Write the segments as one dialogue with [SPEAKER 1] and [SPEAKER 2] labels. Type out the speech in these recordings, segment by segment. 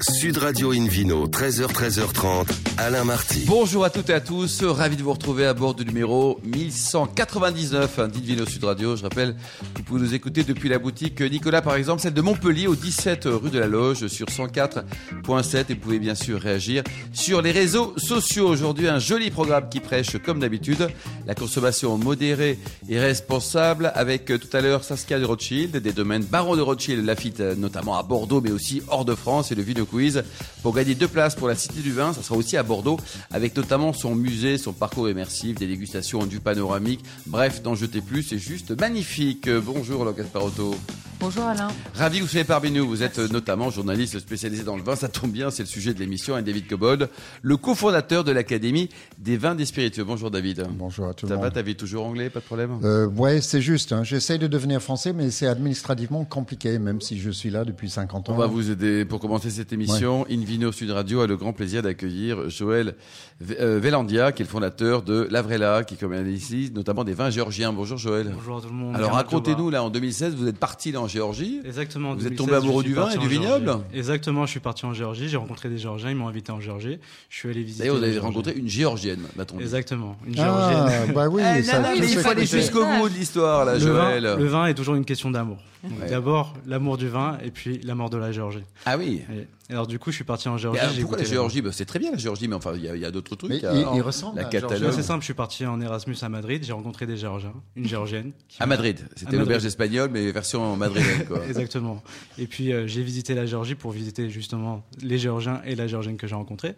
[SPEAKER 1] Sud Radio Invino, 13h, 13h30, Alain Marty.
[SPEAKER 2] Bonjour à toutes et à tous, ravi de vous retrouver à bord du numéro 1199 hein, d'Invino Sud Radio. Je rappelle que vous pouvez nous écouter depuis la boutique Nicolas par exemple, celle de Montpellier au 17 rue de la Loge sur 104.7 et vous pouvez bien sûr réagir sur les réseaux sociaux. Aujourd'hui un joli programme qui prêche comme d'habitude la consommation modérée et responsable avec euh, tout à l'heure Saskia de Rothschild, des domaines Baron de Rothschild, Lafitte euh, notamment à Bordeaux mais aussi hors de France et le Vino Quiz pour gagner deux places pour la Cité du Vin. Ça sera aussi à Bordeaux avec notamment son musée, son parcours immersif, des dégustations du panoramique. Bref, d'en jeter plus, c'est juste magnifique. Euh, Bonjour Laure Gasparotto.
[SPEAKER 3] Bonjour Alain.
[SPEAKER 2] Ravi que vous soyez parmi nous. Vous êtes euh, notamment journaliste spécialisé dans le vin. Ça tombe bien, c'est le sujet de l'émission. Et David Cobold, le cofondateur de l'Académie des vins des spiritueux. Bonjour David.
[SPEAKER 4] Bonjour à tout
[SPEAKER 2] Ça
[SPEAKER 4] le
[SPEAKER 2] va,
[SPEAKER 4] monde.
[SPEAKER 2] David Toujours anglais, pas de problème
[SPEAKER 4] Euh, ouais, c'est juste. hein. J'essaie de devenir français, mais c'est administrativement compliqué, même si je suis là depuis 50 ans.
[SPEAKER 2] On va vous aider pour commencer cette émission. Invino Sud Radio a le grand plaisir d'accueillir Joël V- euh, Velandia, qui est le fondateur de l'Avrela, qui commercialise notamment des vins géorgiens. Bonjour Joël.
[SPEAKER 5] Bonjour tout le monde.
[SPEAKER 2] Alors
[SPEAKER 5] Bien
[SPEAKER 2] racontez-nous,
[SPEAKER 5] Manitoba.
[SPEAKER 2] là, en 2016, vous êtes parti là en Géorgie.
[SPEAKER 5] Exactement. en
[SPEAKER 2] Vous êtes
[SPEAKER 5] 2016,
[SPEAKER 2] tombé amoureux
[SPEAKER 5] je suis
[SPEAKER 2] du vin
[SPEAKER 5] parti
[SPEAKER 2] et du
[SPEAKER 5] en
[SPEAKER 2] vignoble
[SPEAKER 5] Géorgie. Exactement, je suis parti en Géorgie, j'ai rencontré des Géorgiens, ils m'ont invité en Géorgie. Je suis allé visiter.
[SPEAKER 2] D'ailleurs, vous
[SPEAKER 5] les
[SPEAKER 2] avez
[SPEAKER 5] Géorgiens.
[SPEAKER 2] rencontré une Géorgienne, m'a-t-on dit.
[SPEAKER 5] Exactement, une
[SPEAKER 4] Ah,
[SPEAKER 5] Géorgienne.
[SPEAKER 4] bah oui,
[SPEAKER 2] Eh,
[SPEAKER 4] ça,
[SPEAKER 2] non, non,
[SPEAKER 4] je
[SPEAKER 2] mais il
[SPEAKER 4] sais
[SPEAKER 2] faut aller
[SPEAKER 4] que c'est-
[SPEAKER 2] jusqu'au bout de l'histoire, là,
[SPEAKER 5] Le vin,
[SPEAKER 2] Joël.
[SPEAKER 5] le vin est toujours une question d'amour. Donc,
[SPEAKER 2] Ouais.
[SPEAKER 5] D'abord, l'amour du vin et puis l'amour de la Géorgie.
[SPEAKER 2] Ah oui.
[SPEAKER 5] Et alors du coup, je suis parti en
[SPEAKER 2] Mais
[SPEAKER 5] Géorgie.
[SPEAKER 2] alors,
[SPEAKER 5] j'ai
[SPEAKER 2] pourquoi
[SPEAKER 5] goûté
[SPEAKER 2] la
[SPEAKER 5] les vins.
[SPEAKER 2] Géorgie Bah, C'est très bien la Géorgie, mais enfin, il y a, il y a d'autres trucs. hein.
[SPEAKER 4] Mais
[SPEAKER 2] Il y a-
[SPEAKER 4] il, il ressemble
[SPEAKER 2] la
[SPEAKER 4] à
[SPEAKER 2] Catalogne.
[SPEAKER 5] Bah,
[SPEAKER 4] Georges.
[SPEAKER 5] C'est simple, je suis parti en Erasmus à Madrid, j'ai rencontré des Géorgiens, une Géorgienne. qui
[SPEAKER 2] À
[SPEAKER 5] m'a-
[SPEAKER 2] Madrid, c'était
[SPEAKER 5] Madrid.
[SPEAKER 2] l'auberge espagnole, mais version madrilène, quoi.
[SPEAKER 5] Exactement. Et puis euh, j'ai visité la Géorgie pour visiter justement les Géorgiens et la Géorgienne que j'ai rencontrée.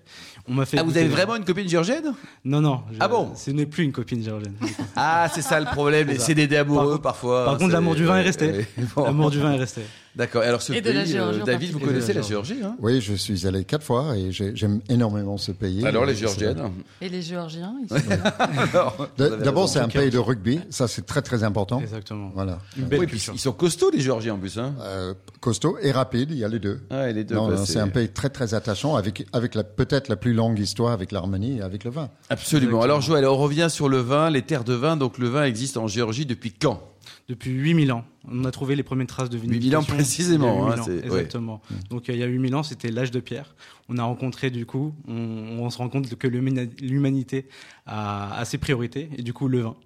[SPEAKER 5] On m'a fait.
[SPEAKER 2] Ah, vous
[SPEAKER 5] goûter-
[SPEAKER 2] avez vraiment une copine géorgienne
[SPEAKER 5] Non, non. je-
[SPEAKER 2] Ah bon
[SPEAKER 5] Ce n'est plus une copine géorgienne.
[SPEAKER 2] Ah, c'est ça le problème, les
[SPEAKER 5] C'est ça.
[SPEAKER 2] CDD amoureux
[SPEAKER 5] contre-
[SPEAKER 2] parfois.
[SPEAKER 5] Par contre,
[SPEAKER 2] c'est-
[SPEAKER 5] l'amour du vin est resté.
[SPEAKER 2] Ouais, bon.
[SPEAKER 5] L'amour du vin est resté.
[SPEAKER 2] D'accord. Alors ce
[SPEAKER 3] Et de la
[SPEAKER 2] pays, euh,
[SPEAKER 3] Géorgie en
[SPEAKER 2] David, vous
[SPEAKER 3] particulier.
[SPEAKER 2] connaissez la
[SPEAKER 5] Et de la
[SPEAKER 2] Géorgie. hein
[SPEAKER 4] Oui, je suis allé quatre fois et j'ai- j'aime énormément ce pays.
[SPEAKER 2] alors les
[SPEAKER 4] C'est-
[SPEAKER 2] Géorgiennes.
[SPEAKER 3] Et les Géorgiens ils sont-
[SPEAKER 2] Alors, vous avez
[SPEAKER 4] D'abord,
[SPEAKER 2] raison.
[SPEAKER 4] c'est un pays de rugby. Ça, c'est très, très important.
[SPEAKER 5] Exactement.
[SPEAKER 4] Voilà.
[SPEAKER 5] Une
[SPEAKER 2] Oui,
[SPEAKER 5] belle
[SPEAKER 2] puis
[SPEAKER 5] culture.
[SPEAKER 2] ils sont costauds les Géorgiens en plus. Hein.
[SPEAKER 4] Euh, costaud et rapide, il y a les deux.
[SPEAKER 2] Ah, et les deux.
[SPEAKER 4] Non,
[SPEAKER 2] bah,
[SPEAKER 4] non, c'est un pays très, très attachant avec, avec la, peut-être la plus longue histoire avec l'Arménie et avec le vin.
[SPEAKER 2] Absolument. Alors Joël, on revient sur le vin, les terres de vin. Donc le vin existe en Géorgie depuis quand
[SPEAKER 5] Depuis 8000 ans, on a trouvé les premières traces de
[SPEAKER 2] 8000
[SPEAKER 5] vinification.
[SPEAKER 2] ans précisément,
[SPEAKER 5] Il y a
[SPEAKER 2] hein,
[SPEAKER 5] 8000 ans,
[SPEAKER 2] c'est- ouais.
[SPEAKER 5] exactement. Donc euh, il y a 8000 ans, c'était l'âge de pierre. On a rencontré du coup, on, on se rend compte que l'humina- l'humanité a, a ses priorités et du coup le vin.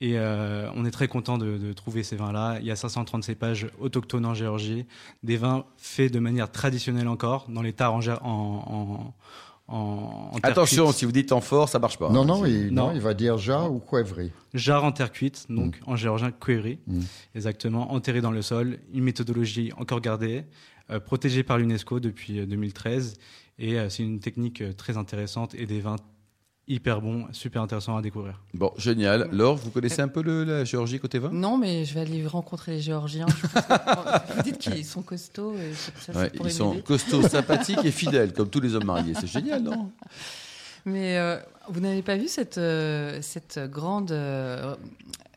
[SPEAKER 5] Et euh, on est très content de, de trouver ces vins-là. Il y a 530 cépages autochtones en Géorgie, des vins faits de manière traditionnelle encore, dans les tares en, Gé- en, en, en- en terre
[SPEAKER 2] Attention,
[SPEAKER 5] cuite.
[SPEAKER 2] si vous dites en fort, ça marche pas.
[SPEAKER 4] non, non il,
[SPEAKER 5] non.
[SPEAKER 4] non, il va dire Ja ou Cuevry.
[SPEAKER 5] Jarre en terre cuite, donc en géorgien query, exactement, enterré dans le sol, une méthodologie encore gardée, euh, protégée par l'UNESCO depuis euh, 2013. Et euh, c'est une technique euh, très intéressante et des vins hyper bons, super intéressants à découvrir.
[SPEAKER 2] Bon, génial. Laure, vous connaissez un peu le- la Géorgie côté vin
[SPEAKER 3] Non, mais je vais aller rencontrer les Géorgiens. Je pense que- Vous dites qu'ils sont costauds. Et ça, ça
[SPEAKER 2] Ouais,
[SPEAKER 3] pourrait
[SPEAKER 2] Ils sont
[SPEAKER 3] m'aider.
[SPEAKER 2] costauds, sympathiques et fidèles, comme tous les hommes mariés. C'est génial, non
[SPEAKER 3] Mais euh, vous n'avez pas vu cette, euh, cette grande euh,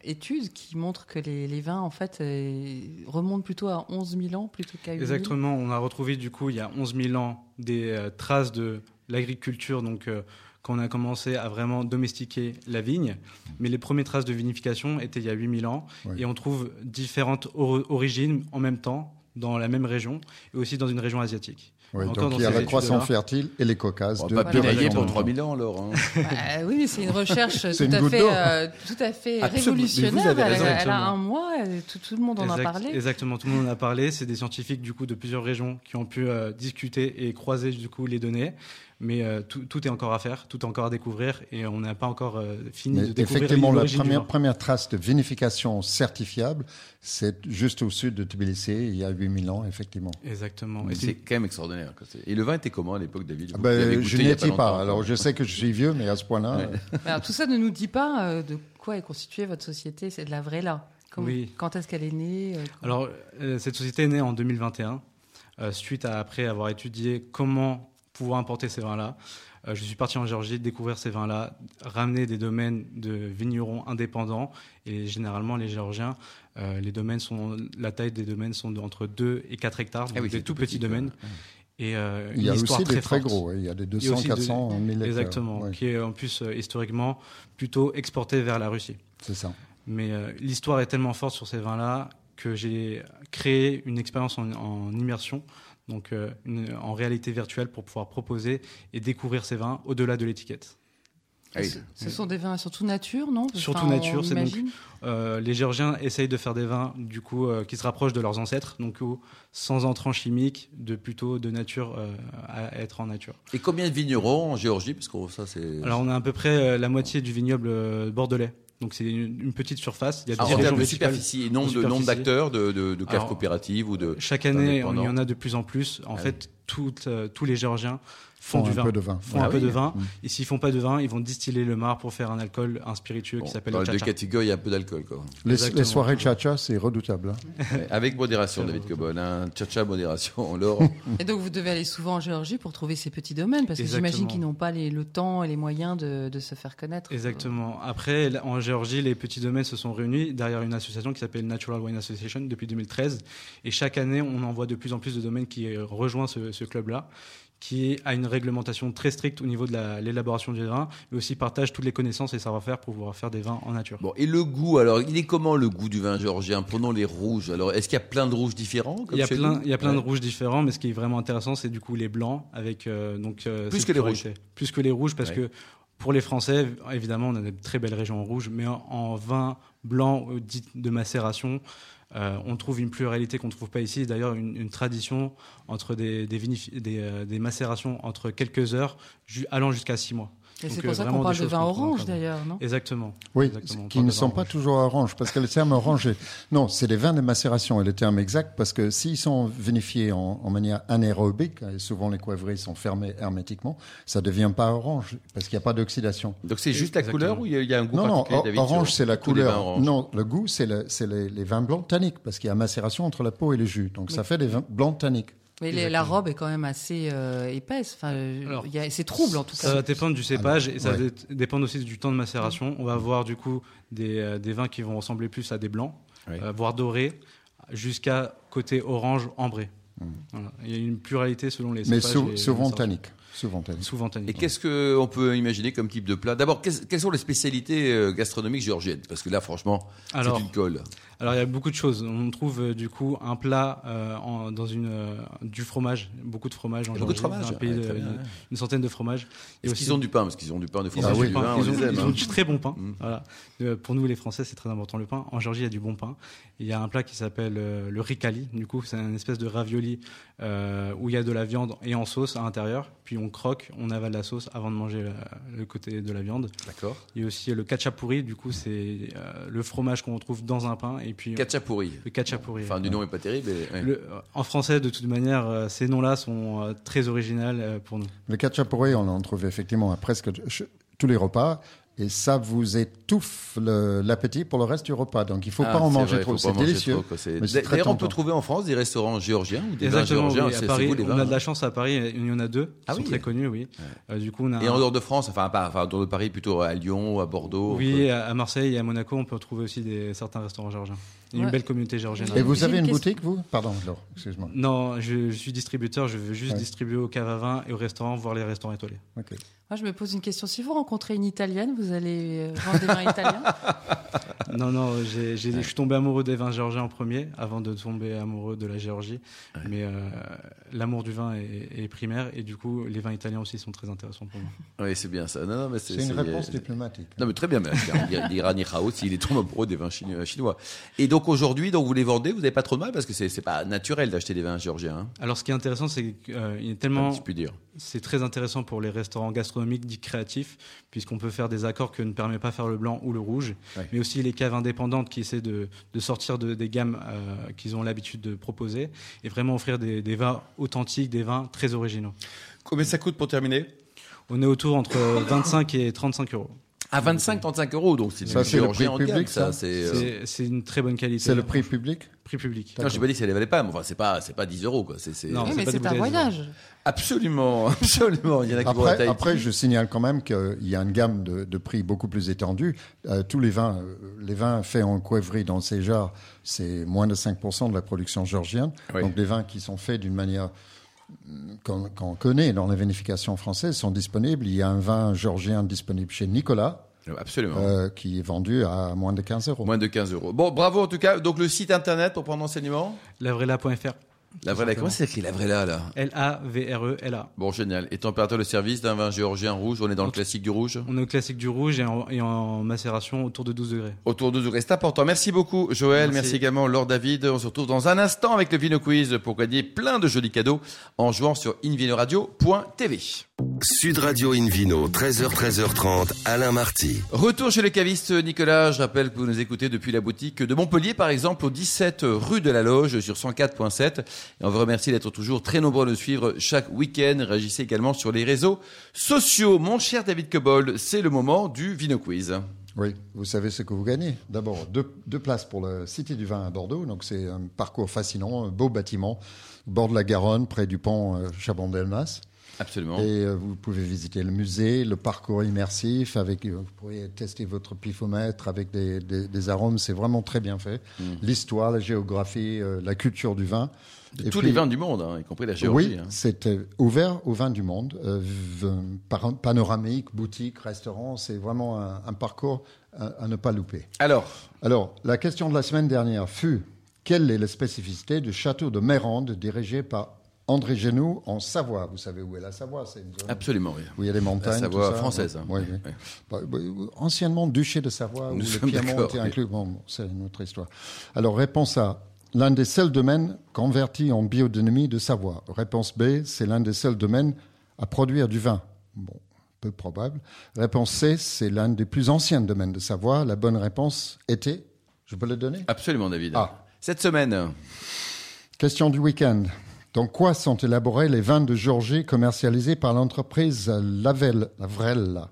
[SPEAKER 3] étude qui montre que les, les vins, en fait, euh, remontent plutôt à 11 000 ans plutôt qu'à 8 000
[SPEAKER 5] Exactement, on a retrouvé du coup il y a 11 000 ans des euh, traces de l'agriculture, donc euh, quand on a commencé à vraiment domestiquer la vigne. Mais les premières traces de vinification étaient il y a 8 000 ans
[SPEAKER 4] Ouais.
[SPEAKER 5] et on trouve différentes or- origines en même temps dans la même région et aussi dans une région asiatique.
[SPEAKER 4] Oui,
[SPEAKER 5] Encore
[SPEAKER 4] donc
[SPEAKER 5] dans
[SPEAKER 4] il y a
[SPEAKER 5] ces
[SPEAKER 4] la
[SPEAKER 5] études-là.
[SPEAKER 4] croissance fertile et les caucases.
[SPEAKER 2] On
[SPEAKER 4] deux-
[SPEAKER 2] va pas
[SPEAKER 4] deux
[SPEAKER 2] pénailler
[SPEAKER 4] régions
[SPEAKER 2] pour
[SPEAKER 4] en même
[SPEAKER 2] 3000 ans, Laure. hein.
[SPEAKER 3] Bah, oui, mais c'est une recherche tout,
[SPEAKER 4] C'est une
[SPEAKER 3] à
[SPEAKER 4] goutte
[SPEAKER 3] fait,
[SPEAKER 4] d'eau.
[SPEAKER 3] euh, tout à fait
[SPEAKER 2] Absolument. Mais vous
[SPEAKER 3] révolutionnaire.
[SPEAKER 2] avez
[SPEAKER 3] Elle,
[SPEAKER 2] raison.
[SPEAKER 3] elle a un mois, elle- tout, tout le monde en a
[SPEAKER 5] Exact-
[SPEAKER 3] parlé.
[SPEAKER 5] Exactement, tout le monde en a parlé. C'est des scientifiques du coup de plusieurs régions qui ont pu euh, discuter et croiser du coup les données. Mais euh, tout, tout est encore à faire, tout est encore à découvrir et on n'a pas encore euh, fini
[SPEAKER 4] Mais
[SPEAKER 5] de découvrir
[SPEAKER 4] effectivement, la
[SPEAKER 5] l'origine du
[SPEAKER 4] première,
[SPEAKER 5] vin.
[SPEAKER 4] première trace de vinification certifiable, c'est juste au sud de Tbilissi, il y a 8000 ans, effectivement.
[SPEAKER 5] Exactement.
[SPEAKER 2] Oh, Mais
[SPEAKER 5] Et c'est-
[SPEAKER 2] C'est quand même extraordinaire. quoi. C'est- Et le vin était comment à l'époque, David Vous
[SPEAKER 4] Ben,
[SPEAKER 2] l'avez goûté
[SPEAKER 4] je
[SPEAKER 2] il y a
[SPEAKER 4] n'étais
[SPEAKER 2] longtemps,
[SPEAKER 4] pas,
[SPEAKER 2] quoi.
[SPEAKER 4] alors je sais que je suis vieux, mais à ce point-là,
[SPEAKER 2] Ouais.
[SPEAKER 4] euh,
[SPEAKER 3] Mais Alors, tout ça ne nous dit pas euh, de quoi est constituée votre société, c'est de la vraie là. Comme-
[SPEAKER 5] Oui.
[SPEAKER 3] Quand est-ce qu'elle est née euh, quand-
[SPEAKER 5] Alors, euh, cette société est née en 2021, euh, suite à après avoir étudié comment pouvoir importer ces vins-là. Euh, je suis parti en Géorgie découvrir ces vins-là, ramener des domaines de vignerons indépendants. Et généralement, les Géorgiens, euh, les domaines sont, la taille des domaines sont de- entre 2 et 4 hectares, donc
[SPEAKER 2] Ah oui, c'est
[SPEAKER 5] des tout petits
[SPEAKER 2] petit, quoi.
[SPEAKER 5] domaines. Et euh,
[SPEAKER 4] il y a
[SPEAKER 5] une histoire
[SPEAKER 4] aussi
[SPEAKER 5] très
[SPEAKER 4] des très
[SPEAKER 5] forte.
[SPEAKER 4] gros, il y a des
[SPEAKER 5] y
[SPEAKER 4] 200,
[SPEAKER 5] a aussi
[SPEAKER 4] 400, 1000 hectares.
[SPEAKER 5] Exactement,
[SPEAKER 4] Ouais,
[SPEAKER 5] qui est en plus euh, historiquement plutôt exporté vers la Russie.
[SPEAKER 4] c'est ça.
[SPEAKER 5] Mais euh, l'histoire est tellement forte sur ces vins-là que j'ai créé une expérience en, en immersion donc euh, une- en réalité virtuelle pour pouvoir proposer et découvrir ces vins au-delà de l'étiquette.
[SPEAKER 2] Ah oui.
[SPEAKER 3] Ce, ce sont des vins surtout nature, non Parce-
[SPEAKER 5] Surtout
[SPEAKER 3] enfin, on
[SPEAKER 5] nature, c'est donc-
[SPEAKER 3] imagine.
[SPEAKER 5] Euh, les Géorgiens essayent de faire des vins du coup euh, qui se rapprochent de leurs ancêtres, donc où- sans entrants chimiques, de plutôt de nature euh, à être en nature.
[SPEAKER 2] Et combien de vignerons en Géorgie Parce que ça, c'est.
[SPEAKER 5] Alors on a à peu près euh, la moitié du vignoble euh, bordelais, donc c'est une, une petite surface. Il y a
[SPEAKER 2] Alors,
[SPEAKER 5] dix
[SPEAKER 2] Ah, en
[SPEAKER 5] régions
[SPEAKER 2] termes de
[SPEAKER 5] principales.
[SPEAKER 2] superficie, nombre, de,
[SPEAKER 5] superficie.
[SPEAKER 2] nombre d'acteurs, de, de, de caves
[SPEAKER 5] Alors,
[SPEAKER 2] coopératives ou de.
[SPEAKER 5] Chaque année, on- il y
[SPEAKER 2] Indépendant.
[SPEAKER 5] en a de plus en plus. En
[SPEAKER 2] Ah
[SPEAKER 5] fait, toutes, euh, tous les Géorgiens font,
[SPEAKER 4] font
[SPEAKER 5] du
[SPEAKER 4] un
[SPEAKER 5] vin.
[SPEAKER 4] peu de vin.
[SPEAKER 5] font
[SPEAKER 2] Ah
[SPEAKER 5] un peu
[SPEAKER 2] oui.
[SPEAKER 5] de vin.
[SPEAKER 4] Mm.
[SPEAKER 5] Et s'ils font pas de vin, ils vont distiller le mar pour faire un alcool, un spiritueux
[SPEAKER 2] Bon,
[SPEAKER 5] qui s'appelle
[SPEAKER 2] dans
[SPEAKER 5] le
[SPEAKER 2] les deux
[SPEAKER 5] chacha.
[SPEAKER 2] catégories, il y a un peu d'alcool, quoi.
[SPEAKER 4] Les,
[SPEAKER 5] Exactement.
[SPEAKER 4] les soirées cha-cha, c'est redoutable. hein.
[SPEAKER 2] Ouais, Avec modération,
[SPEAKER 5] C'est
[SPEAKER 2] David
[SPEAKER 5] bon.
[SPEAKER 2] Cobol. Hein. Tcha-tcha, modération. Alors,
[SPEAKER 3] Et donc vous devez aller souvent en Géorgie pour trouver ces petits domaines, parce que
[SPEAKER 5] Exactement.
[SPEAKER 3] j'imagine qu'ils n'ont pas les- le temps et les moyens de, de se faire connaître.
[SPEAKER 5] Exactement. Après, là, en Géorgie, les petits domaines se sont réunis derrière une association qui s'appelle Natural Wine Association depuis 2013. Et chaque année, on envoie de plus en plus de domaines qui euh, rejoignent ce, ce club-là, qui a une réglementation très stricte au niveau de la- l'élaboration du vin, mais aussi partage toutes les connaissances et savoir-faire pour pouvoir faire des vins en nature.
[SPEAKER 2] bon, et le goût, alors, il est comment le goût du vin géorgien Prenons les rouges. Alors, est-ce qu'il y a plein de rouges différents comme
[SPEAKER 5] Il y, a
[SPEAKER 2] chez
[SPEAKER 5] plein,
[SPEAKER 2] nous
[SPEAKER 5] il y a plein de
[SPEAKER 2] Ouais.
[SPEAKER 5] rouges différents, mais ce qui est vraiment intéressant, c'est du coup les blancs avec euh, donc euh,
[SPEAKER 2] Plus
[SPEAKER 5] cette
[SPEAKER 2] que les
[SPEAKER 5] pluralité. plus que les rouges, parce
[SPEAKER 2] Ouais.
[SPEAKER 5] que pour les Français, évidemment, on a des très belles régions en rouge, mais en, en vin blanc euh, dit de macération, euh, on trouve une pluralité qu'on ne trouve pas ici. Et D'ailleurs, une, une tradition entre des des, vinifi- des, euh, des macérations entre quelques heures, ju- allant jusqu'à six mois.
[SPEAKER 3] Et c'est
[SPEAKER 5] Donc,
[SPEAKER 3] pour
[SPEAKER 5] euh,
[SPEAKER 3] ça qu'on
[SPEAKER 5] vraiment
[SPEAKER 3] parle
[SPEAKER 5] des
[SPEAKER 3] de
[SPEAKER 5] choses
[SPEAKER 3] vin
[SPEAKER 5] qu'on prend en
[SPEAKER 3] orange
[SPEAKER 5] compte.
[SPEAKER 3] d'ailleurs, non
[SPEAKER 5] Exactement.
[SPEAKER 4] Oui,
[SPEAKER 5] Exactement, on
[SPEAKER 4] qui
[SPEAKER 5] parle
[SPEAKER 4] ne
[SPEAKER 5] de
[SPEAKER 4] sont
[SPEAKER 5] vin
[SPEAKER 4] pas
[SPEAKER 5] rouge.
[SPEAKER 4] toujours orange, parce que le terme orange, est- non, c'est les vins de macération et le terme exact, parce que s'ils sont vinifiés en, en manière anaérobique, et souvent les coivriers sont fermés hermétiquement, ça ne devient pas orange, parce qu'il n'y a pas d'oxydation.
[SPEAKER 2] Donc, c'est juste la
[SPEAKER 5] Exactement.
[SPEAKER 2] couleur ou il y a- il y a un goût
[SPEAKER 4] Non, non,
[SPEAKER 2] particulier,
[SPEAKER 4] or-
[SPEAKER 2] David,
[SPEAKER 4] orange,
[SPEAKER 2] sur
[SPEAKER 4] c'est la
[SPEAKER 2] tous les vins
[SPEAKER 4] couleur.
[SPEAKER 2] orange
[SPEAKER 4] Non, le goût, c'est le- c'est les, les vins blancs tanniques, parce qu'il y a macération entre la peau et le jus, donc ça fait des vins blancs tanniques.
[SPEAKER 3] Mais les- la robe est quand même assez euh, épaisse. Enfin, euh,
[SPEAKER 5] Alors,
[SPEAKER 3] il y a- c'est trouble en tout
[SPEAKER 5] Ça
[SPEAKER 3] cas.
[SPEAKER 5] va dépendre du cépage
[SPEAKER 2] Ah
[SPEAKER 5] et ça va
[SPEAKER 4] ouais.
[SPEAKER 5] dé- dépendre aussi du temps de macération. On va avoir du coup des, euh, des vins qui vont ressembler plus à des blancs,
[SPEAKER 2] Oui.
[SPEAKER 5] euh, voire dorés, jusqu'à côté orange ambré.
[SPEAKER 2] Mmh.
[SPEAKER 5] Voilà. Il y a une pluralité selon les
[SPEAKER 4] Mais
[SPEAKER 5] cépages.
[SPEAKER 4] sou-
[SPEAKER 5] et les
[SPEAKER 4] souvent
[SPEAKER 5] macérations.
[SPEAKER 4] tanniques. Souvent tanniques.
[SPEAKER 5] Souvent tannique.
[SPEAKER 2] Et qu'est-ce qu'on peut imaginer comme type de plat D'abord, qu'est-ce- quelles sont les spécialités euh, gastronomiques géorgiennes Parce que là, franchement,
[SPEAKER 5] Alors-
[SPEAKER 2] c'est une colle.
[SPEAKER 5] Alors il y a beaucoup de choses. On trouve euh, du coup un plat euh, en- dans une euh, du fromage, beaucoup de fromage en
[SPEAKER 2] Il y a beaucoup de
[SPEAKER 5] Géorgie.
[SPEAKER 2] fromage.
[SPEAKER 5] un pays
[SPEAKER 2] Ouais,
[SPEAKER 5] de-
[SPEAKER 2] très bien,
[SPEAKER 5] une,
[SPEAKER 2] ouais.
[SPEAKER 5] une centaine de fromages. Et
[SPEAKER 2] Est-ce
[SPEAKER 5] aussi-
[SPEAKER 2] qu'ils ont du pain Parce qu'ils ont du pain de
[SPEAKER 5] Ils
[SPEAKER 2] France.
[SPEAKER 5] ont
[SPEAKER 4] Ah
[SPEAKER 5] du
[SPEAKER 4] oui.
[SPEAKER 5] pain,
[SPEAKER 2] on
[SPEAKER 5] ils ont-
[SPEAKER 2] les aime,
[SPEAKER 5] ils
[SPEAKER 2] hein.
[SPEAKER 5] ont du très bon pain.
[SPEAKER 2] Mm.
[SPEAKER 5] Voilà. Euh, pour nous, les Français, c'est très important le pain. En Géorgie, il y a du bon pain. Il y a un plat qui s'appelle euh, le ricali. Du coup, c'est une espèce de ravioli euh, où il y a de la viande et en sauce à l'intérieur. Puis on croque, on avale la sauce avant de manger la- le côté de la viande.
[SPEAKER 2] D'accord.
[SPEAKER 5] Il y a aussi le kachapuri. Du coup, c'est euh, le fromage qu'on retrouve dans un pain. Et puis euh,
[SPEAKER 2] Kachapuri.
[SPEAKER 5] le kachapuri.
[SPEAKER 2] Enfin, du nom est pas terrible. mais, ouais.
[SPEAKER 5] Le- euh, en français, de toute manière, euh, ces noms-là sont euh, très originales euh, pour nous.
[SPEAKER 4] Le cachapuré, on l'en trouve effectivement à presque ch- tous les repas. Et ça vous étouffe le- l'appétit pour le reste du repas. Donc il ne faut
[SPEAKER 2] Ah,
[SPEAKER 4] pas en
[SPEAKER 2] c'est
[SPEAKER 4] manger
[SPEAKER 2] vrai,
[SPEAKER 4] trop.
[SPEAKER 2] faut pas
[SPEAKER 4] C'est
[SPEAKER 2] en manger
[SPEAKER 4] délicieux.
[SPEAKER 2] trop, quoi. C'est-
[SPEAKER 4] Mais c'est très
[SPEAKER 2] D'ailleurs, on peut
[SPEAKER 4] tentant.
[SPEAKER 2] trouver en France des restaurants géorgiens ou des vins
[SPEAKER 5] Exactement,
[SPEAKER 2] géorgiens.
[SPEAKER 5] oui, à
[SPEAKER 2] c'est- c'est
[SPEAKER 5] Paris,
[SPEAKER 2] vous, les
[SPEAKER 5] on
[SPEAKER 2] vins,
[SPEAKER 5] a
[SPEAKER 2] hein.
[SPEAKER 5] de la chance à Paris, il y en a deux
[SPEAKER 2] Ah
[SPEAKER 5] qui
[SPEAKER 2] oui.
[SPEAKER 5] sont très connus, oui. Euh, du coup, on a
[SPEAKER 2] Et
[SPEAKER 5] un-
[SPEAKER 2] en dehors de France, enfin, pas, enfin, en dehors de Paris, plutôt à Lyon, à Bordeaux. on
[SPEAKER 5] oui, à à Marseille et à Monaco, on peut trouver aussi des, certains restaurants géorgiens. Il y a
[SPEAKER 3] Ouais.
[SPEAKER 5] une belle communauté géorgienne.
[SPEAKER 4] Et
[SPEAKER 3] J'ai
[SPEAKER 4] vous avez
[SPEAKER 3] une
[SPEAKER 4] une
[SPEAKER 3] question.
[SPEAKER 4] boutique, vous Pardon, Laure, excuse-moi.
[SPEAKER 5] Non, je, je suis distributeur, je veux juste
[SPEAKER 4] Ouais.
[SPEAKER 5] distribuer aux caves à vin et aux restaurants, voir les restaurants étoilés.
[SPEAKER 4] Ok.
[SPEAKER 3] Moi, je me pose une question. Si vous rencontrez une Italienne, vous allez euh, vendre des vins italiens
[SPEAKER 5] non, non, j'ai- j'ai- je suis tombé amoureux des vins géorgiens en premier, avant de tomber amoureux de la Géorgie. Mais euh, l'amour du vin est, est primaire, et du coup, les vins italiens aussi sont très intéressants pour moi.
[SPEAKER 2] peut- Oui, c'est bien ça. Non, non, mais c'est
[SPEAKER 4] C'est une
[SPEAKER 2] c'est-
[SPEAKER 4] réponse diplomatique.
[SPEAKER 2] Non, mais très bien, mais l'Iran aussi, il est trop amoureux des vins chino- chinois. Et donc aujourd'hui, donc vous les vendez, vous n'avez pas trop de mal parce que c'est c'est pas naturel d'acheter des vins géorgiens. Hein,
[SPEAKER 5] Alors, ce qui est intéressant, c'est qu'il est tellement
[SPEAKER 2] si je puis dire.
[SPEAKER 5] C'est très intéressant pour les restaurants gastronomiques dits créatifs, puisqu'on peut faire des accords que ne permet pas faire le blanc ou le rouge,
[SPEAKER 2] Ouais.
[SPEAKER 5] mais aussi les caves indépendantes qui essaient de, de sortir de- des gammes euh, qu'ils ont l'habitude de proposer et vraiment offrir des, des vins authentiques, des vins très originaux.
[SPEAKER 2] Combien ça coûte pour terminer
[SPEAKER 5] On est autour entre 25 et 35 euros.
[SPEAKER 2] À 25-35 euros, donc c'est
[SPEAKER 4] Ça,
[SPEAKER 2] du
[SPEAKER 4] c'est le
[SPEAKER 2] géorgien
[SPEAKER 4] prix
[SPEAKER 2] en gamme,
[SPEAKER 4] public,
[SPEAKER 2] ça.
[SPEAKER 4] ça
[SPEAKER 2] c'est, euh,
[SPEAKER 5] C'est c'est une très bonne qualité.
[SPEAKER 4] C'est le prix public
[SPEAKER 5] Prix public.
[SPEAKER 2] Non, j'ai pas dit que ça les valait pas, mais enfin, c'est pas, c'est pas 10 euros, quoi. C'est, c'est-
[SPEAKER 5] Non.
[SPEAKER 3] Oui,
[SPEAKER 5] c'est
[SPEAKER 3] mais
[SPEAKER 5] pas des
[SPEAKER 3] c'est un
[SPEAKER 5] bouteilles,
[SPEAKER 3] voyage.
[SPEAKER 2] Absolument, absolument. Il y en a qui vont à
[SPEAKER 4] Après,
[SPEAKER 2] Tahiti.
[SPEAKER 4] après, je signale quand même qu'il y a une gamme de, de prix beaucoup plus étendue. Euh, tous les vins, euh, les vins faits en coivrie dans ces jars, c'est moins de 5% de la production géorgienne.
[SPEAKER 2] Oui.
[SPEAKER 4] Donc des vins qui sont faits d'une manière mm, qu'on qu'on connaît dans la vinification française sont disponibles. Il y a un vin géorgien disponible chez Nicolas
[SPEAKER 2] Absolument.
[SPEAKER 4] euh, qui est vendu à moins de 15 euros.
[SPEAKER 2] Moins de 15 euros. Bon, bravo en tout cas. Donc le site internet pour prendre enseignement
[SPEAKER 5] Lavrela.fr.
[SPEAKER 2] La vraie là, comment c'est écrit la vraie là, là
[SPEAKER 5] L-A-V-R-E-L-A.
[SPEAKER 2] Bon, génial. Et température de service d'un vin géorgien rouge, on est dans le classique du rouge
[SPEAKER 5] On est au classique du rouge et en, et en macération autour de 12 degrés.
[SPEAKER 2] Autour de 12 degrés. C'est important. Merci beaucoup, Joël. Merci,
[SPEAKER 5] Merci.
[SPEAKER 2] également, Laure David. On se retrouve dans un instant avec le Vino Quiz pour gagner plein de jolis cadeaux en jouant sur invinoradio.tv.
[SPEAKER 1] Sud Radio Invino, 13h, 13h30, Alain Marty.
[SPEAKER 2] Retour chez le caviste Nicolas. Je rappelle que vous nous écoutez depuis la boutique de Montpellier, par exemple, au 17 rue de la Loge sur 104.7. Et on vous remercie d'être toujours très nombreux à nous suivre chaque week-end. Réagissez également sur les réseaux sociaux. Mon cher David Cobold, c'est le moment du Vino Quiz.
[SPEAKER 4] Oui, vous savez ce que vous gagnez. D'abord, deux, deux places pour la Cité du Vin à Bordeaux. Donc, c'est un parcours fascinant, un beau bâtiment, au bord de la Garonne, près du pont euh, Chabon-Delmas.
[SPEAKER 2] Absolument.
[SPEAKER 4] Et euh, vous pouvez visiter le musée, le parcours immersif, avec, euh, vous pourrez tester votre pifomètre avec des, des- des arômes, c'est vraiment très bien fait.
[SPEAKER 2] Mm.
[SPEAKER 4] L'histoire, la géographie, euh, la culture du vin. Et
[SPEAKER 2] Tous
[SPEAKER 4] puis-
[SPEAKER 2] les vins du monde, hein, y compris la Géorgie.
[SPEAKER 4] Oui,
[SPEAKER 2] hein.
[SPEAKER 4] c'était ouvert aux vins du monde, euh, v- par- panoramique, boutique, restaurant, c'est vraiment un, un parcours à- à ne pas louper.
[SPEAKER 2] Alors,
[SPEAKER 4] Alors, la question de la semaine dernière fut quelle est la spécificité du château de Mérande dirigé par André Genoux en Savoie Vous savez où est la Savoie C'est une zone
[SPEAKER 2] absolument oui.
[SPEAKER 4] où il y a les montagnes.
[SPEAKER 2] La Savoie
[SPEAKER 4] tout ça.
[SPEAKER 2] française, hein.
[SPEAKER 4] Oui, oui.
[SPEAKER 2] Ouais.
[SPEAKER 4] Bah, bah, anciennement duché de Savoie,
[SPEAKER 2] Nous
[SPEAKER 4] où le
[SPEAKER 2] sommes
[SPEAKER 4] Piémont
[SPEAKER 2] d'accord,
[SPEAKER 4] était
[SPEAKER 2] oui.
[SPEAKER 4] inclus. Bon, bon, c'est une autre histoire. Alors, réponse A. L'un des seuls domaines convertis en biodynamie de Savoie. Réponse B. C'est l'un des seuls domaines à produire du vin. Bon, peu probable. Réponse C. C'est l'un des plus anciens domaines de Savoie. La bonne réponse était. Je peux le donner
[SPEAKER 2] Absolument, David.
[SPEAKER 4] Ah.
[SPEAKER 2] Cette semaine,
[SPEAKER 4] Question du week-end. Dans quoi sont élaborés les vins de Georgie commercialisés par l'entreprise Lavel, Lavrella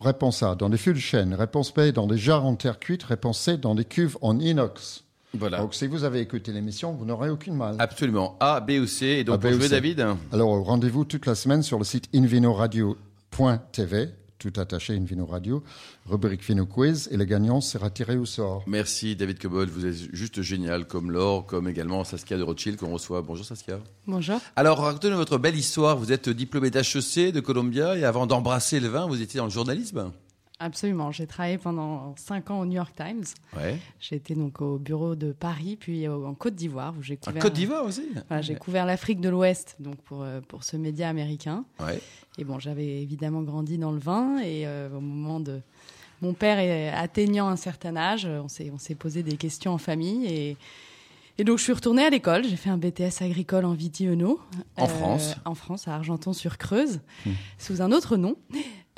[SPEAKER 4] Réponse A, dans des fûts de chêne. Réponse B, dans des jarres en terre cuite. Réponse C, dans des cuves en inox.
[SPEAKER 2] voilà.
[SPEAKER 4] Donc si vous avez écouté l'émission, vous n'aurez aucune mal.
[SPEAKER 2] Ah. Absolument. A, B ou C. Et donc,
[SPEAKER 4] A, B
[SPEAKER 2] pour
[SPEAKER 4] ou
[SPEAKER 2] jouer,
[SPEAKER 4] C.
[SPEAKER 2] David
[SPEAKER 4] Alors rendez-vous toute la semaine sur le site invinoradio.tv, tout attaché Invino Radio, rubrique Vino Quiz, et le gagnant sera tiré au sort.
[SPEAKER 2] Merci, David Cobold. Vous êtes juste génial, comme Laure, comme également Saskia de Rothschild qu'on reçoit. Bonjour, Saskia.
[SPEAKER 3] Bonjour.
[SPEAKER 2] Alors, racontez-nous votre belle histoire. Vous êtes diplômé d'HEC de Columbia et avant d'embrasser le vin, vous étiez dans le journalisme
[SPEAKER 6] Absolument. J'ai travaillé pendant cinq ans au New York Times.
[SPEAKER 2] Ouais.
[SPEAKER 6] J'ai été donc au bureau de Paris, puis au- en Côte d'Ivoire, où j'ai
[SPEAKER 2] En
[SPEAKER 6] couvert, euh,
[SPEAKER 2] Côte d'Ivoire aussi
[SPEAKER 6] Voilà, Ah, j'ai couvert l'Afrique de l'Ouest, donc pour, euh, pour ce média américain.
[SPEAKER 2] Ouais. Bah,
[SPEAKER 6] Et bon, j'avais évidemment grandi dans le vin, et euh, au moment de. Mon père est atteignant un certain âge, on s'est, on s'est posé des questions en famille, et, et donc je suis retournée à l'école. J'ai fait un BTS agricole en vitieuno.
[SPEAKER 2] En France. Hmm.
[SPEAKER 6] En France, à Argenton-sur-Creuse, sous un autre nom.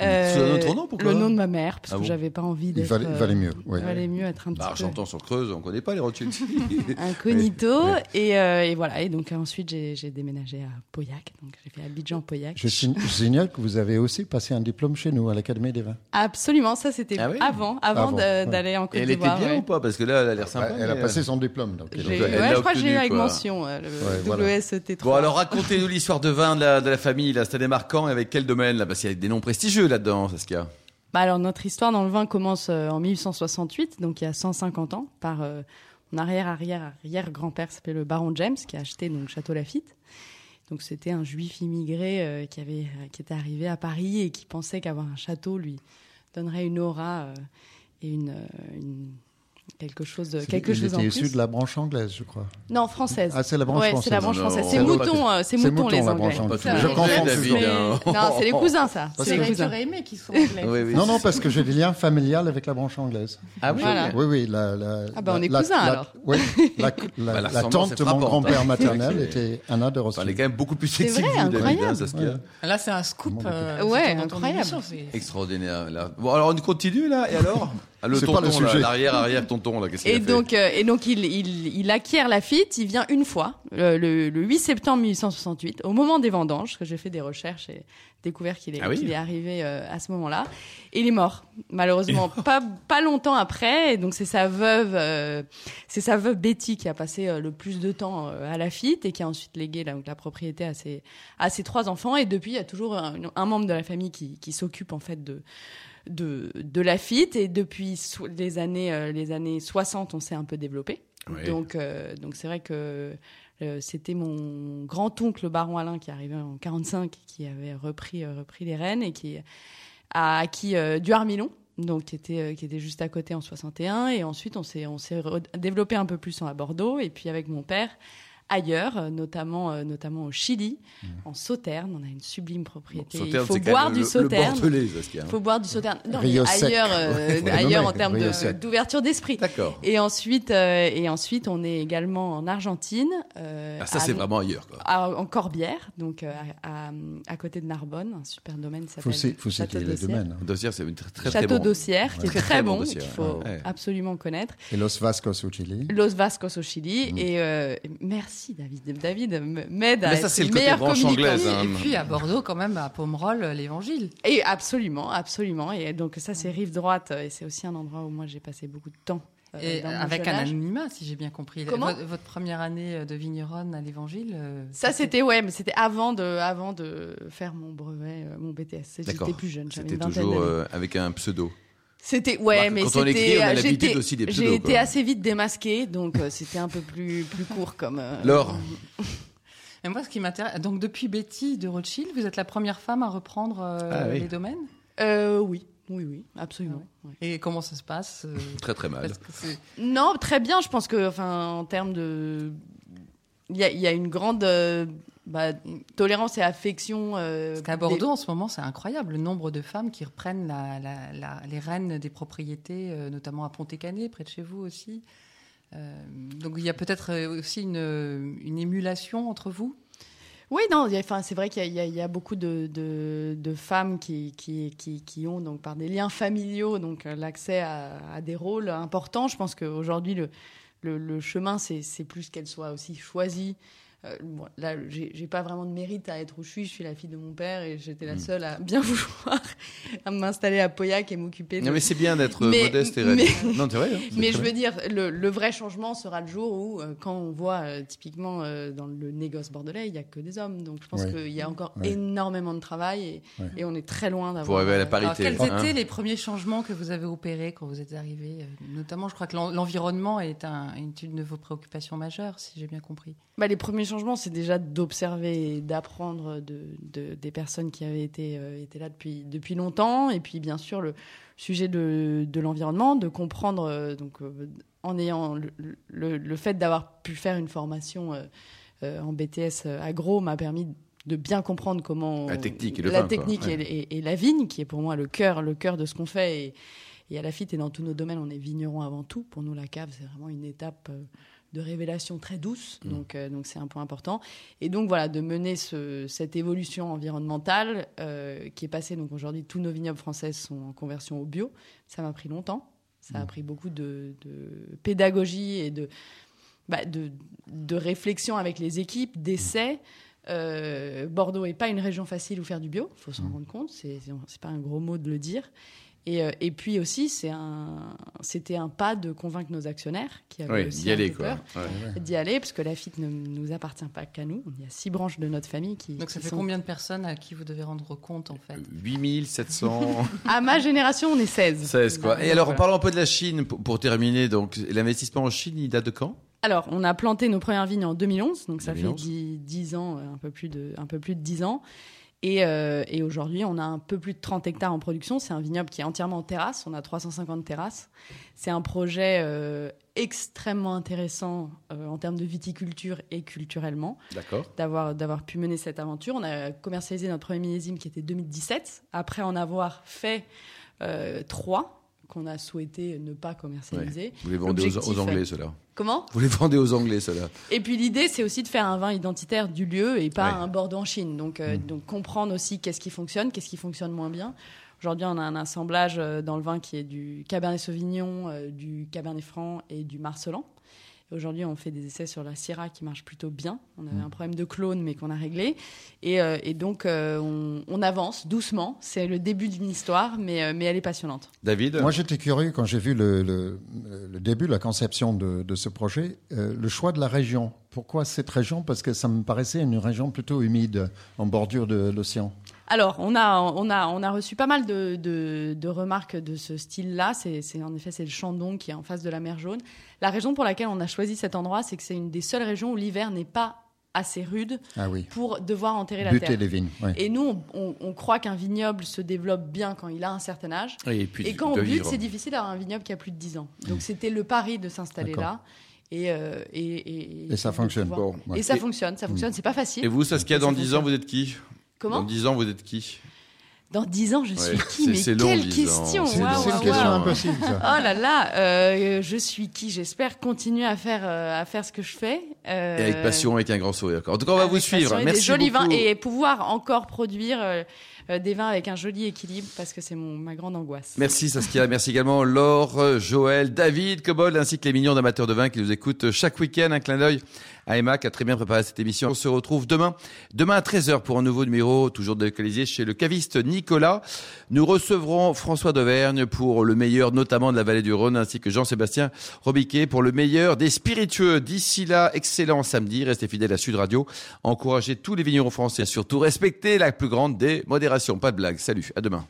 [SPEAKER 6] Euh,
[SPEAKER 2] Sous un autre nom, pourquoi
[SPEAKER 6] Le nom de ma mère, parce
[SPEAKER 2] Ah
[SPEAKER 6] que
[SPEAKER 2] bon
[SPEAKER 6] j'avais pas envie
[SPEAKER 4] Il
[SPEAKER 6] d'être.
[SPEAKER 4] valait,
[SPEAKER 6] euh,
[SPEAKER 4] valait mieux. oui.
[SPEAKER 6] il valait mieux être un petit
[SPEAKER 2] Bah, Argentan sur Creuse, on connaît pas les Rothschild.
[SPEAKER 6] peu incognito. Et, euh, et voilà. Et donc euh, ensuite, j'ai j'ai déménagé à Pauillac. Donc j'ai fait Abidjan-Pauillac.
[SPEAKER 4] Je sign- je signale que vous avez aussi passé un diplôme chez nous, à l'Académie des vins.
[SPEAKER 6] Absolument. Ça, c'était
[SPEAKER 2] Ah oui
[SPEAKER 6] avant, avant
[SPEAKER 4] Avant,
[SPEAKER 6] de-
[SPEAKER 4] ouais.
[SPEAKER 6] d'aller en Côte
[SPEAKER 2] Et elle était
[SPEAKER 6] d'Ivoire.
[SPEAKER 2] bien
[SPEAKER 6] ouais.
[SPEAKER 2] ou pas Parce que là, elle a l'air sympa.
[SPEAKER 4] Ouais, Bah, elle a
[SPEAKER 2] mais, euh,
[SPEAKER 4] passé son diplôme. donc.
[SPEAKER 6] J'ai eu-
[SPEAKER 2] Elle l'a
[SPEAKER 6] ouais, je crois que j'ai eu
[SPEAKER 2] obtenu,
[SPEAKER 6] avec
[SPEAKER 2] quoi.
[SPEAKER 6] mention euh,
[SPEAKER 4] Ouais,
[SPEAKER 6] le
[SPEAKER 4] voilà.
[SPEAKER 6] WSET3.
[SPEAKER 2] Bon, alors racontez-nous l'histoire de vin de la, de la famille. Là, c'était démarquant. Avec quel domaine là Parce qu'il y a des noms prestigieux là-dedans, Saskia.
[SPEAKER 6] Bah, alors notre histoire dans le vin commence euh, en 1868, donc il y a 150 ans, par euh, mon arrière-arrière-arrière-grand-père s'appelait le baron James qui a acheté donc Château Laffitte. Donc c'était un juif immigré euh, qui avait euh, qui était arrivé à Paris et qui pensait qu'avoir un château lui donnerait une aura euh, et une, euh, une- quelque chose de
[SPEAKER 4] C'est-
[SPEAKER 6] euh, quelque
[SPEAKER 4] il
[SPEAKER 6] chose en
[SPEAKER 4] était issu
[SPEAKER 6] plus.
[SPEAKER 4] de la branche anglaise, je crois.
[SPEAKER 6] Non, française.
[SPEAKER 4] Ah, c'est la branche
[SPEAKER 6] Ouais,
[SPEAKER 4] française.
[SPEAKER 6] c'est la branche
[SPEAKER 2] Non, non,
[SPEAKER 6] française.
[SPEAKER 2] on-
[SPEAKER 6] C'est
[SPEAKER 2] on doit
[SPEAKER 6] mouton, euh,
[SPEAKER 4] C'est
[SPEAKER 6] c'est mouton les
[SPEAKER 4] mouton, la
[SPEAKER 6] Anglais.
[SPEAKER 4] branche anglaise.
[SPEAKER 6] Ça,
[SPEAKER 4] Je
[SPEAKER 6] ouais.
[SPEAKER 4] confonds
[SPEAKER 6] Mais-
[SPEAKER 4] toujours.
[SPEAKER 6] Non, c'est les cousins ça.
[SPEAKER 4] Parce
[SPEAKER 6] C'est
[SPEAKER 4] que-
[SPEAKER 6] les cousins.
[SPEAKER 7] aimé qu'ils sont anglais.
[SPEAKER 2] hein. Oui, oui.
[SPEAKER 4] Non, non, parce que j'ai des liens familiales avec la branche anglaise.
[SPEAKER 2] Ah oui.
[SPEAKER 6] Voilà.
[SPEAKER 4] Oui, oui. La, la-
[SPEAKER 6] Ah bah, on
[SPEAKER 4] la-
[SPEAKER 6] est
[SPEAKER 4] la-
[SPEAKER 6] cousins,
[SPEAKER 4] la-
[SPEAKER 6] alors.
[SPEAKER 4] oui, la, la-
[SPEAKER 2] Bah, la
[SPEAKER 4] la
[SPEAKER 2] ressemblance est
[SPEAKER 4] tante de mon
[SPEAKER 2] frappante, hein.
[SPEAKER 4] grand-père maternel
[SPEAKER 2] C'est vrai que c'est-
[SPEAKER 4] était Anna de
[SPEAKER 2] Enfin, elle est
[SPEAKER 4] Rothschild.
[SPEAKER 2] quand même beaucoup plus
[SPEAKER 6] C'est
[SPEAKER 2] sexy
[SPEAKER 6] vrai,
[SPEAKER 2] que vous, David, hein,
[SPEAKER 6] incroyable.
[SPEAKER 2] Saskia.
[SPEAKER 3] Là, c'est un scoop. euh,
[SPEAKER 6] Ouais,
[SPEAKER 3] c'est quand on tourne
[SPEAKER 6] incroyable.
[SPEAKER 3] l'émission, c'est-
[SPEAKER 2] Extraordinaire. Là. Bon, alors on continue là. Et alors Ah, Le
[SPEAKER 4] C'est
[SPEAKER 2] tonton,
[SPEAKER 4] pas le
[SPEAKER 2] là,
[SPEAKER 4] sujet.
[SPEAKER 2] l'arrière, arrière tonton là. Qu'est-ce qu'il a
[SPEAKER 6] Et
[SPEAKER 2] fait
[SPEAKER 6] donc, euh, et donc il, il, il acquiert la Laffitte, il vient une fois, euh, le, le 8 septembre 1868, au moment des vendanges, parce que j'ai fait des recherches et découvert qu'il est,
[SPEAKER 2] Ah oui
[SPEAKER 6] qu'il est arrivé euh, à ce moment-là. Et il est mort, malheureusement, pas, pas longtemps après. Et donc c'est sa veuve, euh, c'est sa veuve Betty qui a passé euh, le plus de temps euh, à Laffitte et qui a ensuite légué la, donc, la propriété à ses, à ses trois enfants. Et depuis, il y a toujours un, un membre de la famille qui, qui s'occupe en fait de de, de Laffitte et depuis so- les années euh, les années 60 on s'est un peu développé
[SPEAKER 2] Oui.
[SPEAKER 6] donc euh, donc c'est vrai que euh, c'était mon grand oncle le baron Alain qui arrivait en 45 qui avait repris euh, repris les rênes et qui a acquis euh, Duarmilon donc qui était euh, qui était juste à côté en 61 et ensuite on s'est on s'est re- développé un peu plus en- à Bordeaux et puis avec mon père ailleurs, euh, notamment, euh, notamment au Chili, en sauterne. On a une sublime propriété.
[SPEAKER 2] Mmh. Sauterne,
[SPEAKER 6] Il faut
[SPEAKER 2] c'est quand
[SPEAKER 6] boire
[SPEAKER 2] même
[SPEAKER 6] du
[SPEAKER 2] le- Le
[SPEAKER 6] sauterne.
[SPEAKER 2] bordelais, Saskia. hein.
[SPEAKER 6] Il faut boire du sauterne. Non, mais
[SPEAKER 4] Rio sec.
[SPEAKER 6] ailleurs, euh,
[SPEAKER 4] Ouais,
[SPEAKER 6] ailleurs en
[SPEAKER 4] ouais,
[SPEAKER 6] termes
[SPEAKER 4] Rio
[SPEAKER 6] de-
[SPEAKER 4] sec.
[SPEAKER 6] d'ouverture d'esprit.
[SPEAKER 2] D'accord.
[SPEAKER 6] Et ensuite, euh, et ensuite, on est également en Argentine. euh,
[SPEAKER 2] Ah, ça,
[SPEAKER 6] à-
[SPEAKER 2] c'est vraiment ailleurs, quoi.
[SPEAKER 6] à- en Corbière, donc euh, à, à- à côté de Narbonne, un super domaine qui
[SPEAKER 4] faut,
[SPEAKER 6] s'appelle
[SPEAKER 4] citer- faut citer
[SPEAKER 6] Château
[SPEAKER 4] les
[SPEAKER 6] d'Auxerre.
[SPEAKER 4] domaines. hein.
[SPEAKER 2] Dossier, c'est une très, très,
[SPEAKER 6] Château
[SPEAKER 2] très bon.
[SPEAKER 6] d'Auxerre, qui est
[SPEAKER 2] Très,
[SPEAKER 6] très,
[SPEAKER 2] très bon
[SPEAKER 6] bon,
[SPEAKER 2] dossier,
[SPEAKER 6] qu'il faut
[SPEAKER 2] ouais.
[SPEAKER 6] absolument connaître.
[SPEAKER 4] hein. Et Los Vascos au Chili.
[SPEAKER 6] Los Vascos au Chili.
[SPEAKER 4] Mm.
[SPEAKER 6] Et euh, merci, David. David m- m'aide à
[SPEAKER 2] Mais ça,
[SPEAKER 6] être
[SPEAKER 2] c'est le
[SPEAKER 6] une
[SPEAKER 2] côté
[SPEAKER 6] meilleure
[SPEAKER 2] branche
[SPEAKER 6] communicante.
[SPEAKER 2] anglaise, hein.
[SPEAKER 3] Et puis à Bordeaux, quand même, à Pomerol, euh, l'évangile.
[SPEAKER 6] Et absolument, absolument. Et donc, ça, c'est rive droite. Et c'est aussi un endroit où moi, j'ai passé beaucoup de temps. euh,
[SPEAKER 3] Et
[SPEAKER 6] dans mon
[SPEAKER 3] avec
[SPEAKER 6] jeune
[SPEAKER 3] un
[SPEAKER 6] âge.
[SPEAKER 3] anonymat, si j'ai bien compris.
[SPEAKER 6] Comment
[SPEAKER 3] Votre- votre première année euh, de vigneronne à l'évangile. euh,
[SPEAKER 6] Ça, c'était ouais, mais c'était avant de, avant de faire mon brevet, euh, mon BTS.
[SPEAKER 2] D'accord.
[SPEAKER 6] J'étais plus jeune, j'avais
[SPEAKER 2] C'était
[SPEAKER 6] une vingtaine
[SPEAKER 2] toujours
[SPEAKER 6] d'années.
[SPEAKER 2] euh, avec un pseudo.
[SPEAKER 6] C'était ouais,
[SPEAKER 2] Remarque,
[SPEAKER 6] mais
[SPEAKER 2] quand on écrit,
[SPEAKER 6] c'était
[SPEAKER 2] on a
[SPEAKER 6] euh,
[SPEAKER 2] l'habitude
[SPEAKER 6] j'étais-
[SPEAKER 2] aussi des pseudos,
[SPEAKER 6] J'ai été
[SPEAKER 2] quoi.
[SPEAKER 6] assez vite démasquée, donc euh, c'était un peu plus plus court comme. euh,
[SPEAKER 2] Laure,
[SPEAKER 3] Et moi, ce qui m'intéresse, donc depuis Betty de Rothschild, vous êtes la première femme à reprendre euh,
[SPEAKER 5] Ah oui.
[SPEAKER 3] les domaines.
[SPEAKER 6] euh, oui, oui, oui, absolument.
[SPEAKER 2] Ah
[SPEAKER 6] ouais.
[SPEAKER 3] Et comment ça se passe euh,
[SPEAKER 2] très très mal.
[SPEAKER 3] parce que c'est-
[SPEAKER 6] Non, très bien. Je pense que, enfin, en termes de, il y, a- il y a une grande euh, bah, tolérance et affection. euh,
[SPEAKER 3] parce qu'à
[SPEAKER 6] des-
[SPEAKER 3] Bordeaux, en ce moment, c'est incroyable le nombre de femmes qui reprennent la- la- la- les rênes des propriétés, euh, notamment à Pontécanet, près de chez vous aussi. Euh, donc il y a peut-être euh, aussi une, une émulation entre vous.
[SPEAKER 6] Oui, non, il y a- enfin, c'est vrai qu'il y, a- il y a- il y a beaucoup de, de- de femmes qui, qui, qui- qui ont, donc, par des liens familiaux, donc euh, l'accès à, à des rôles importants. Je pense qu'aujourd'hui, le, le, le chemin, c'est c'est plus qu'elle soit aussi choisie. Euh, bon, là, j'ai j'ai pas vraiment de mérite à être où je suis. Je suis la fille de mon père et j'étais
[SPEAKER 2] Hmm.
[SPEAKER 6] la seule à bien vouloir à m'installer à Pauillac et m'occuper de,
[SPEAKER 2] Non, mais c'est bien d'être
[SPEAKER 6] Mais-
[SPEAKER 2] modeste et réaliste. Non, c'est vrai. hein.
[SPEAKER 6] mais je veux dire, le, le vrai changement sera le jour où, euh, quand on voit euh, typiquement euh, dans le négoce bordelais, il n'y a que des hommes. Donc je pense
[SPEAKER 4] Ouais.
[SPEAKER 6] qu'il y a encore
[SPEAKER 4] Ouais.
[SPEAKER 6] énormément de travail et,
[SPEAKER 4] Ouais.
[SPEAKER 6] et on est très loin d'avoir.
[SPEAKER 2] Pour arriver à la
[SPEAKER 6] euh,
[SPEAKER 2] parité.
[SPEAKER 3] Alors, quels
[SPEAKER 2] hein.
[SPEAKER 3] étaient les premiers changements que vous avez opérés quand vous êtes arrivés euh, Notamment, je crois que l'en- l'environnement est un- est une de vos préoccupations majeures, si j'ai bien compris.
[SPEAKER 6] Bah, les premiers changements, c'est déjà d'observer et d'apprendre de, de- des personnes qui avaient été, euh, étaient là depuis, depuis longtemps. Et puis, bien sûr, le sujet de, de l'environnement, de comprendre, euh, donc, euh, en ayant le, le- le fait d'avoir pu faire une formation euh, euh, en BTS euh, agro m'a permis de bien comprendre comment
[SPEAKER 2] La technique et le
[SPEAKER 6] la
[SPEAKER 2] vin, quoi.
[SPEAKER 6] technique et, et- et la vigne qui est pour moi le cœur le cœur de ce qu'on fait et, et à la FIT et dans tous nos domaines on est vignerons avant tout pour nous la cave c'est vraiment une étape euh, de révélation très douce,
[SPEAKER 2] Mm.
[SPEAKER 6] donc euh, donc c'est un point important. Et donc voilà, de mener ce- cette évolution environnementale euh, qui est passée. Donc aujourd'hui, tous nos vignobles français sont en conversion au bio. Ça m'a pris longtemps. Ça
[SPEAKER 2] Mmh.
[SPEAKER 6] a pris beaucoup de, de pédagogie et de, bah, de, de réflexion avec les équipes,
[SPEAKER 2] Mmh.
[SPEAKER 6] d'essais. Euh, Bordeaux n'est pas une région facile où faire du bio, il faut
[SPEAKER 2] Mmh.
[SPEAKER 6] s'en
[SPEAKER 4] Mm.
[SPEAKER 6] rendre compte, c'est c'est pas un gros mot de le dire. Et, euh, et puis aussi, c'est un- c'était un, pas de convaincre nos actionnaires qui avaient
[SPEAKER 2] Oui,
[SPEAKER 6] aussi
[SPEAKER 2] d'y
[SPEAKER 6] un
[SPEAKER 2] aller,
[SPEAKER 6] peu
[SPEAKER 2] quoi.
[SPEAKER 6] peur
[SPEAKER 2] Ouais.
[SPEAKER 6] d'y aller, parce que la FIT ne nous appartient pas qu'à nous. Il y a six branches de notre famille qui.
[SPEAKER 3] Donc ça
[SPEAKER 6] qui
[SPEAKER 3] fait
[SPEAKER 6] sont-
[SPEAKER 3] combien de personnes à qui vous devez rendre compte en fait
[SPEAKER 2] 8700.
[SPEAKER 6] À ma génération, on est 16.
[SPEAKER 2] 16, quoi. Et
[SPEAKER 6] Voilà.
[SPEAKER 2] alors, parlons un peu de la Chine pour, pour terminer. Donc, l'investissement en Chine, il date de quand
[SPEAKER 6] Alors, on a planté nos premières vignes en 2011, donc ça
[SPEAKER 2] 2011.
[SPEAKER 6] fait 10, 10 ans, euh, un peu plus de, un peu plus de 10 ans. Et, euh, et aujourd'hui, on a un peu plus de 30 hectares en production. C'est un vignoble qui est entièrement en terrasse. On a 350 terrasses. C'est un projet euh, extrêmement intéressant euh, en termes de viticulture et culturellement.
[SPEAKER 2] D'accord.
[SPEAKER 6] d'avoir, d'avoir pu mener cette aventure. On a commercialisé notre premier millésime qui était 2017, après en avoir fait euh, trois qu'on a souhaité ne pas commercialiser.
[SPEAKER 2] Vous les vendez aux,
[SPEAKER 6] L'objectif,
[SPEAKER 2] aux Anglais, ceux-là.
[SPEAKER 6] Comment
[SPEAKER 2] Vous les vendez aux Anglais, ceux-là.
[SPEAKER 6] Et puis l'idée, c'est aussi de faire un vin identitaire du lieu et pas
[SPEAKER 2] Ouais.
[SPEAKER 6] un Bordeaux en Chine. Donc, euh, donc comprendre aussi qu'est-ce qui fonctionne, qu'est-ce qui fonctionne moins bien. Aujourd'hui, on a un assemblage euh, dans le vin qui est du Cabernet Sauvignon, euh, du Cabernet Franc et du Marcellan. Et Aujourd'hui, on fait des essais sur la Syrah qui marche plutôt bien. On avait un problème de clone, mais qu'on a réglé. Et, euh, et donc, euh, on, on avance doucement. C'est le début d'une histoire, mais, euh, mais elle est passionnante.
[SPEAKER 2] David
[SPEAKER 4] Moi, j'étais curieux quand j'ai vu le, le- le début, la conception de, de ce projet, euh, le choix de la région. Pourquoi cette région Parce que ça me paraissait une région plutôt humide, en bordure de l'océan.
[SPEAKER 6] Alors, on a, on a, on a reçu pas mal de, de- de remarques de ce style-là. C'est, c'est- en effet, c'est le Chandon qui est en face de la mer Jaune. La raison pour laquelle on a choisi cet endroit, c'est que c'est une des seules régions où l'hiver n'est pas assez rude
[SPEAKER 4] Ah oui,
[SPEAKER 6] pour devoir enterrer la
[SPEAKER 4] buter
[SPEAKER 6] terre.
[SPEAKER 4] les vignes. ouais.
[SPEAKER 6] Et nous, on, on- on croit qu'un vignoble se développe bien quand il a un certain âge.
[SPEAKER 2] Et puis,
[SPEAKER 6] Et quand on
[SPEAKER 2] de
[SPEAKER 6] bute,
[SPEAKER 2] vivre.
[SPEAKER 6] c'est difficile d'avoir un vignoble qui a plus de 10 ans. Donc c'était le pari de s'installer
[SPEAKER 4] D'accord.
[SPEAKER 6] là. Et, euh, et, et,
[SPEAKER 4] Et ça fonctionne.
[SPEAKER 6] pouvoir-
[SPEAKER 2] Bon,
[SPEAKER 6] Et ça fonctionne, ça fonctionne. C'est pas facile.
[SPEAKER 2] Et vous, Saskia, dans
[SPEAKER 6] Ça
[SPEAKER 2] 10 ans, vous êtes qui
[SPEAKER 6] Comment
[SPEAKER 2] Dans 10 ans, vous êtes qui
[SPEAKER 6] Dans 10 ans, je suis
[SPEAKER 2] Ouais,
[SPEAKER 6] qui
[SPEAKER 2] c'est-
[SPEAKER 6] Mais
[SPEAKER 2] c'est long,
[SPEAKER 6] quelle
[SPEAKER 2] 10 ans.
[SPEAKER 6] question
[SPEAKER 4] C'est
[SPEAKER 6] Waouh,
[SPEAKER 4] c'est une
[SPEAKER 6] waouh,
[SPEAKER 4] question
[SPEAKER 6] waouh.
[SPEAKER 4] impossible, ça.
[SPEAKER 6] Oh là là, euh, je suis qui J'espère continuer à faire, euh, à faire ce que je fais. euh,
[SPEAKER 2] Et avec passion, avec un grand sourire. En tout cas, on va
[SPEAKER 6] avec
[SPEAKER 2] vous suivre.
[SPEAKER 6] passion et
[SPEAKER 2] Merci
[SPEAKER 6] des jolis
[SPEAKER 2] beaucoup.
[SPEAKER 6] vins et pouvoir encore produire euh, euh, des vins avec un joli équilibre parce que c'est mon ma grande angoisse.
[SPEAKER 2] Merci Saskia, merci également Laure, euh, Joël, David, Cobold, ainsi que les millions d'amateurs de vin qui nous écoutent chaque week-end. Un clin d'œil à Emma qui a très bien préparé cette émission. On se retrouve demain, demain à 13h pour un nouveau numéro, toujours localisé chez le caviste Nicolas. Nous recevrons François d'Auvergne pour le meilleur notamment de la vallée du Rhône, ainsi que Jean-Sébastien Robiquet pour le meilleur des spiritueux. D'ici là, excellent samedi, restez fidèles à Sud Radio, encouragez tous les vignerons français, surtout respectez la plus grande des modérations. Pas de blague, salut, à demain.